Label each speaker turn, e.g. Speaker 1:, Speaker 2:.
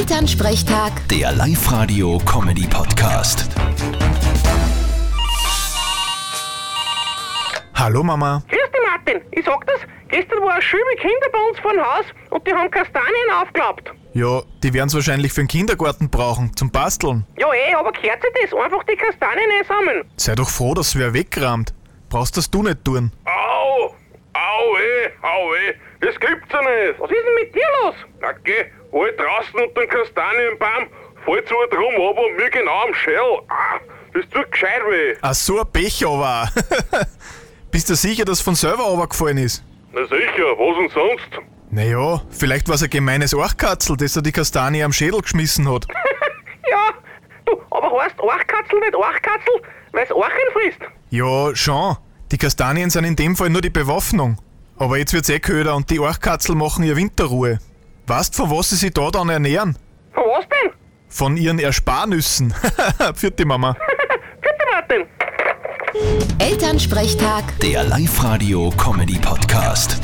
Speaker 1: Elternsprechtag,
Speaker 2: Der Live-Radio-Comedy-Podcast.
Speaker 3: Hallo Mama.
Speaker 4: Grüß dich, Martin. Ich sag das, gestern war eine Schule mit Kindern bei uns vor dem Haus und die haben Kastanien aufgeklappt.
Speaker 3: Ja, die werden's wahrscheinlich für den Kindergarten brauchen, zum Basteln.
Speaker 4: Ja, eh, aber gehört sich das? Einfach die Kastanien eh einsammeln.
Speaker 3: Sei doch froh, dass wer wegrammt. Brauchst das du nicht tun.
Speaker 5: Au! Au, ey, au, ey. Das gibt's ja nicht.
Speaker 4: Was ist denn mit dir los?
Speaker 5: Na geh, halt draußen unter den Kastanienbaum, fällt so weit rum, aber mir genau am Schell. Ah, das tut gescheit weh.
Speaker 3: Ach so, ein Pech aber. auch. Bist du sicher, dass von selber runtergefallen ist?
Speaker 5: Na sicher, was denn sonst?
Speaker 3: Naja, vielleicht war's ein gemeines Orchkatzel, das er die Kastanie am Schädel geschmissen hat.
Speaker 4: ja, du, aber heißt Orchkatzel nicht Orchkatzel, weil's Orchen frisst.
Speaker 3: Ja, schon. Die Kastanien sind in dem Fall nur die Bewaffnung. Aber jetzt wird's eh köder und die Orchkatzel machen ihr Winterruhe. Weißt von was sie sich da dann ernähren?
Speaker 4: Von was denn?
Speaker 3: Von ihren Ersparnüssen. Für die Mama.
Speaker 4: Bitte, Martin.
Speaker 1: Elternsprechtag.
Speaker 2: Der Live-Radio-Comedy-Podcast.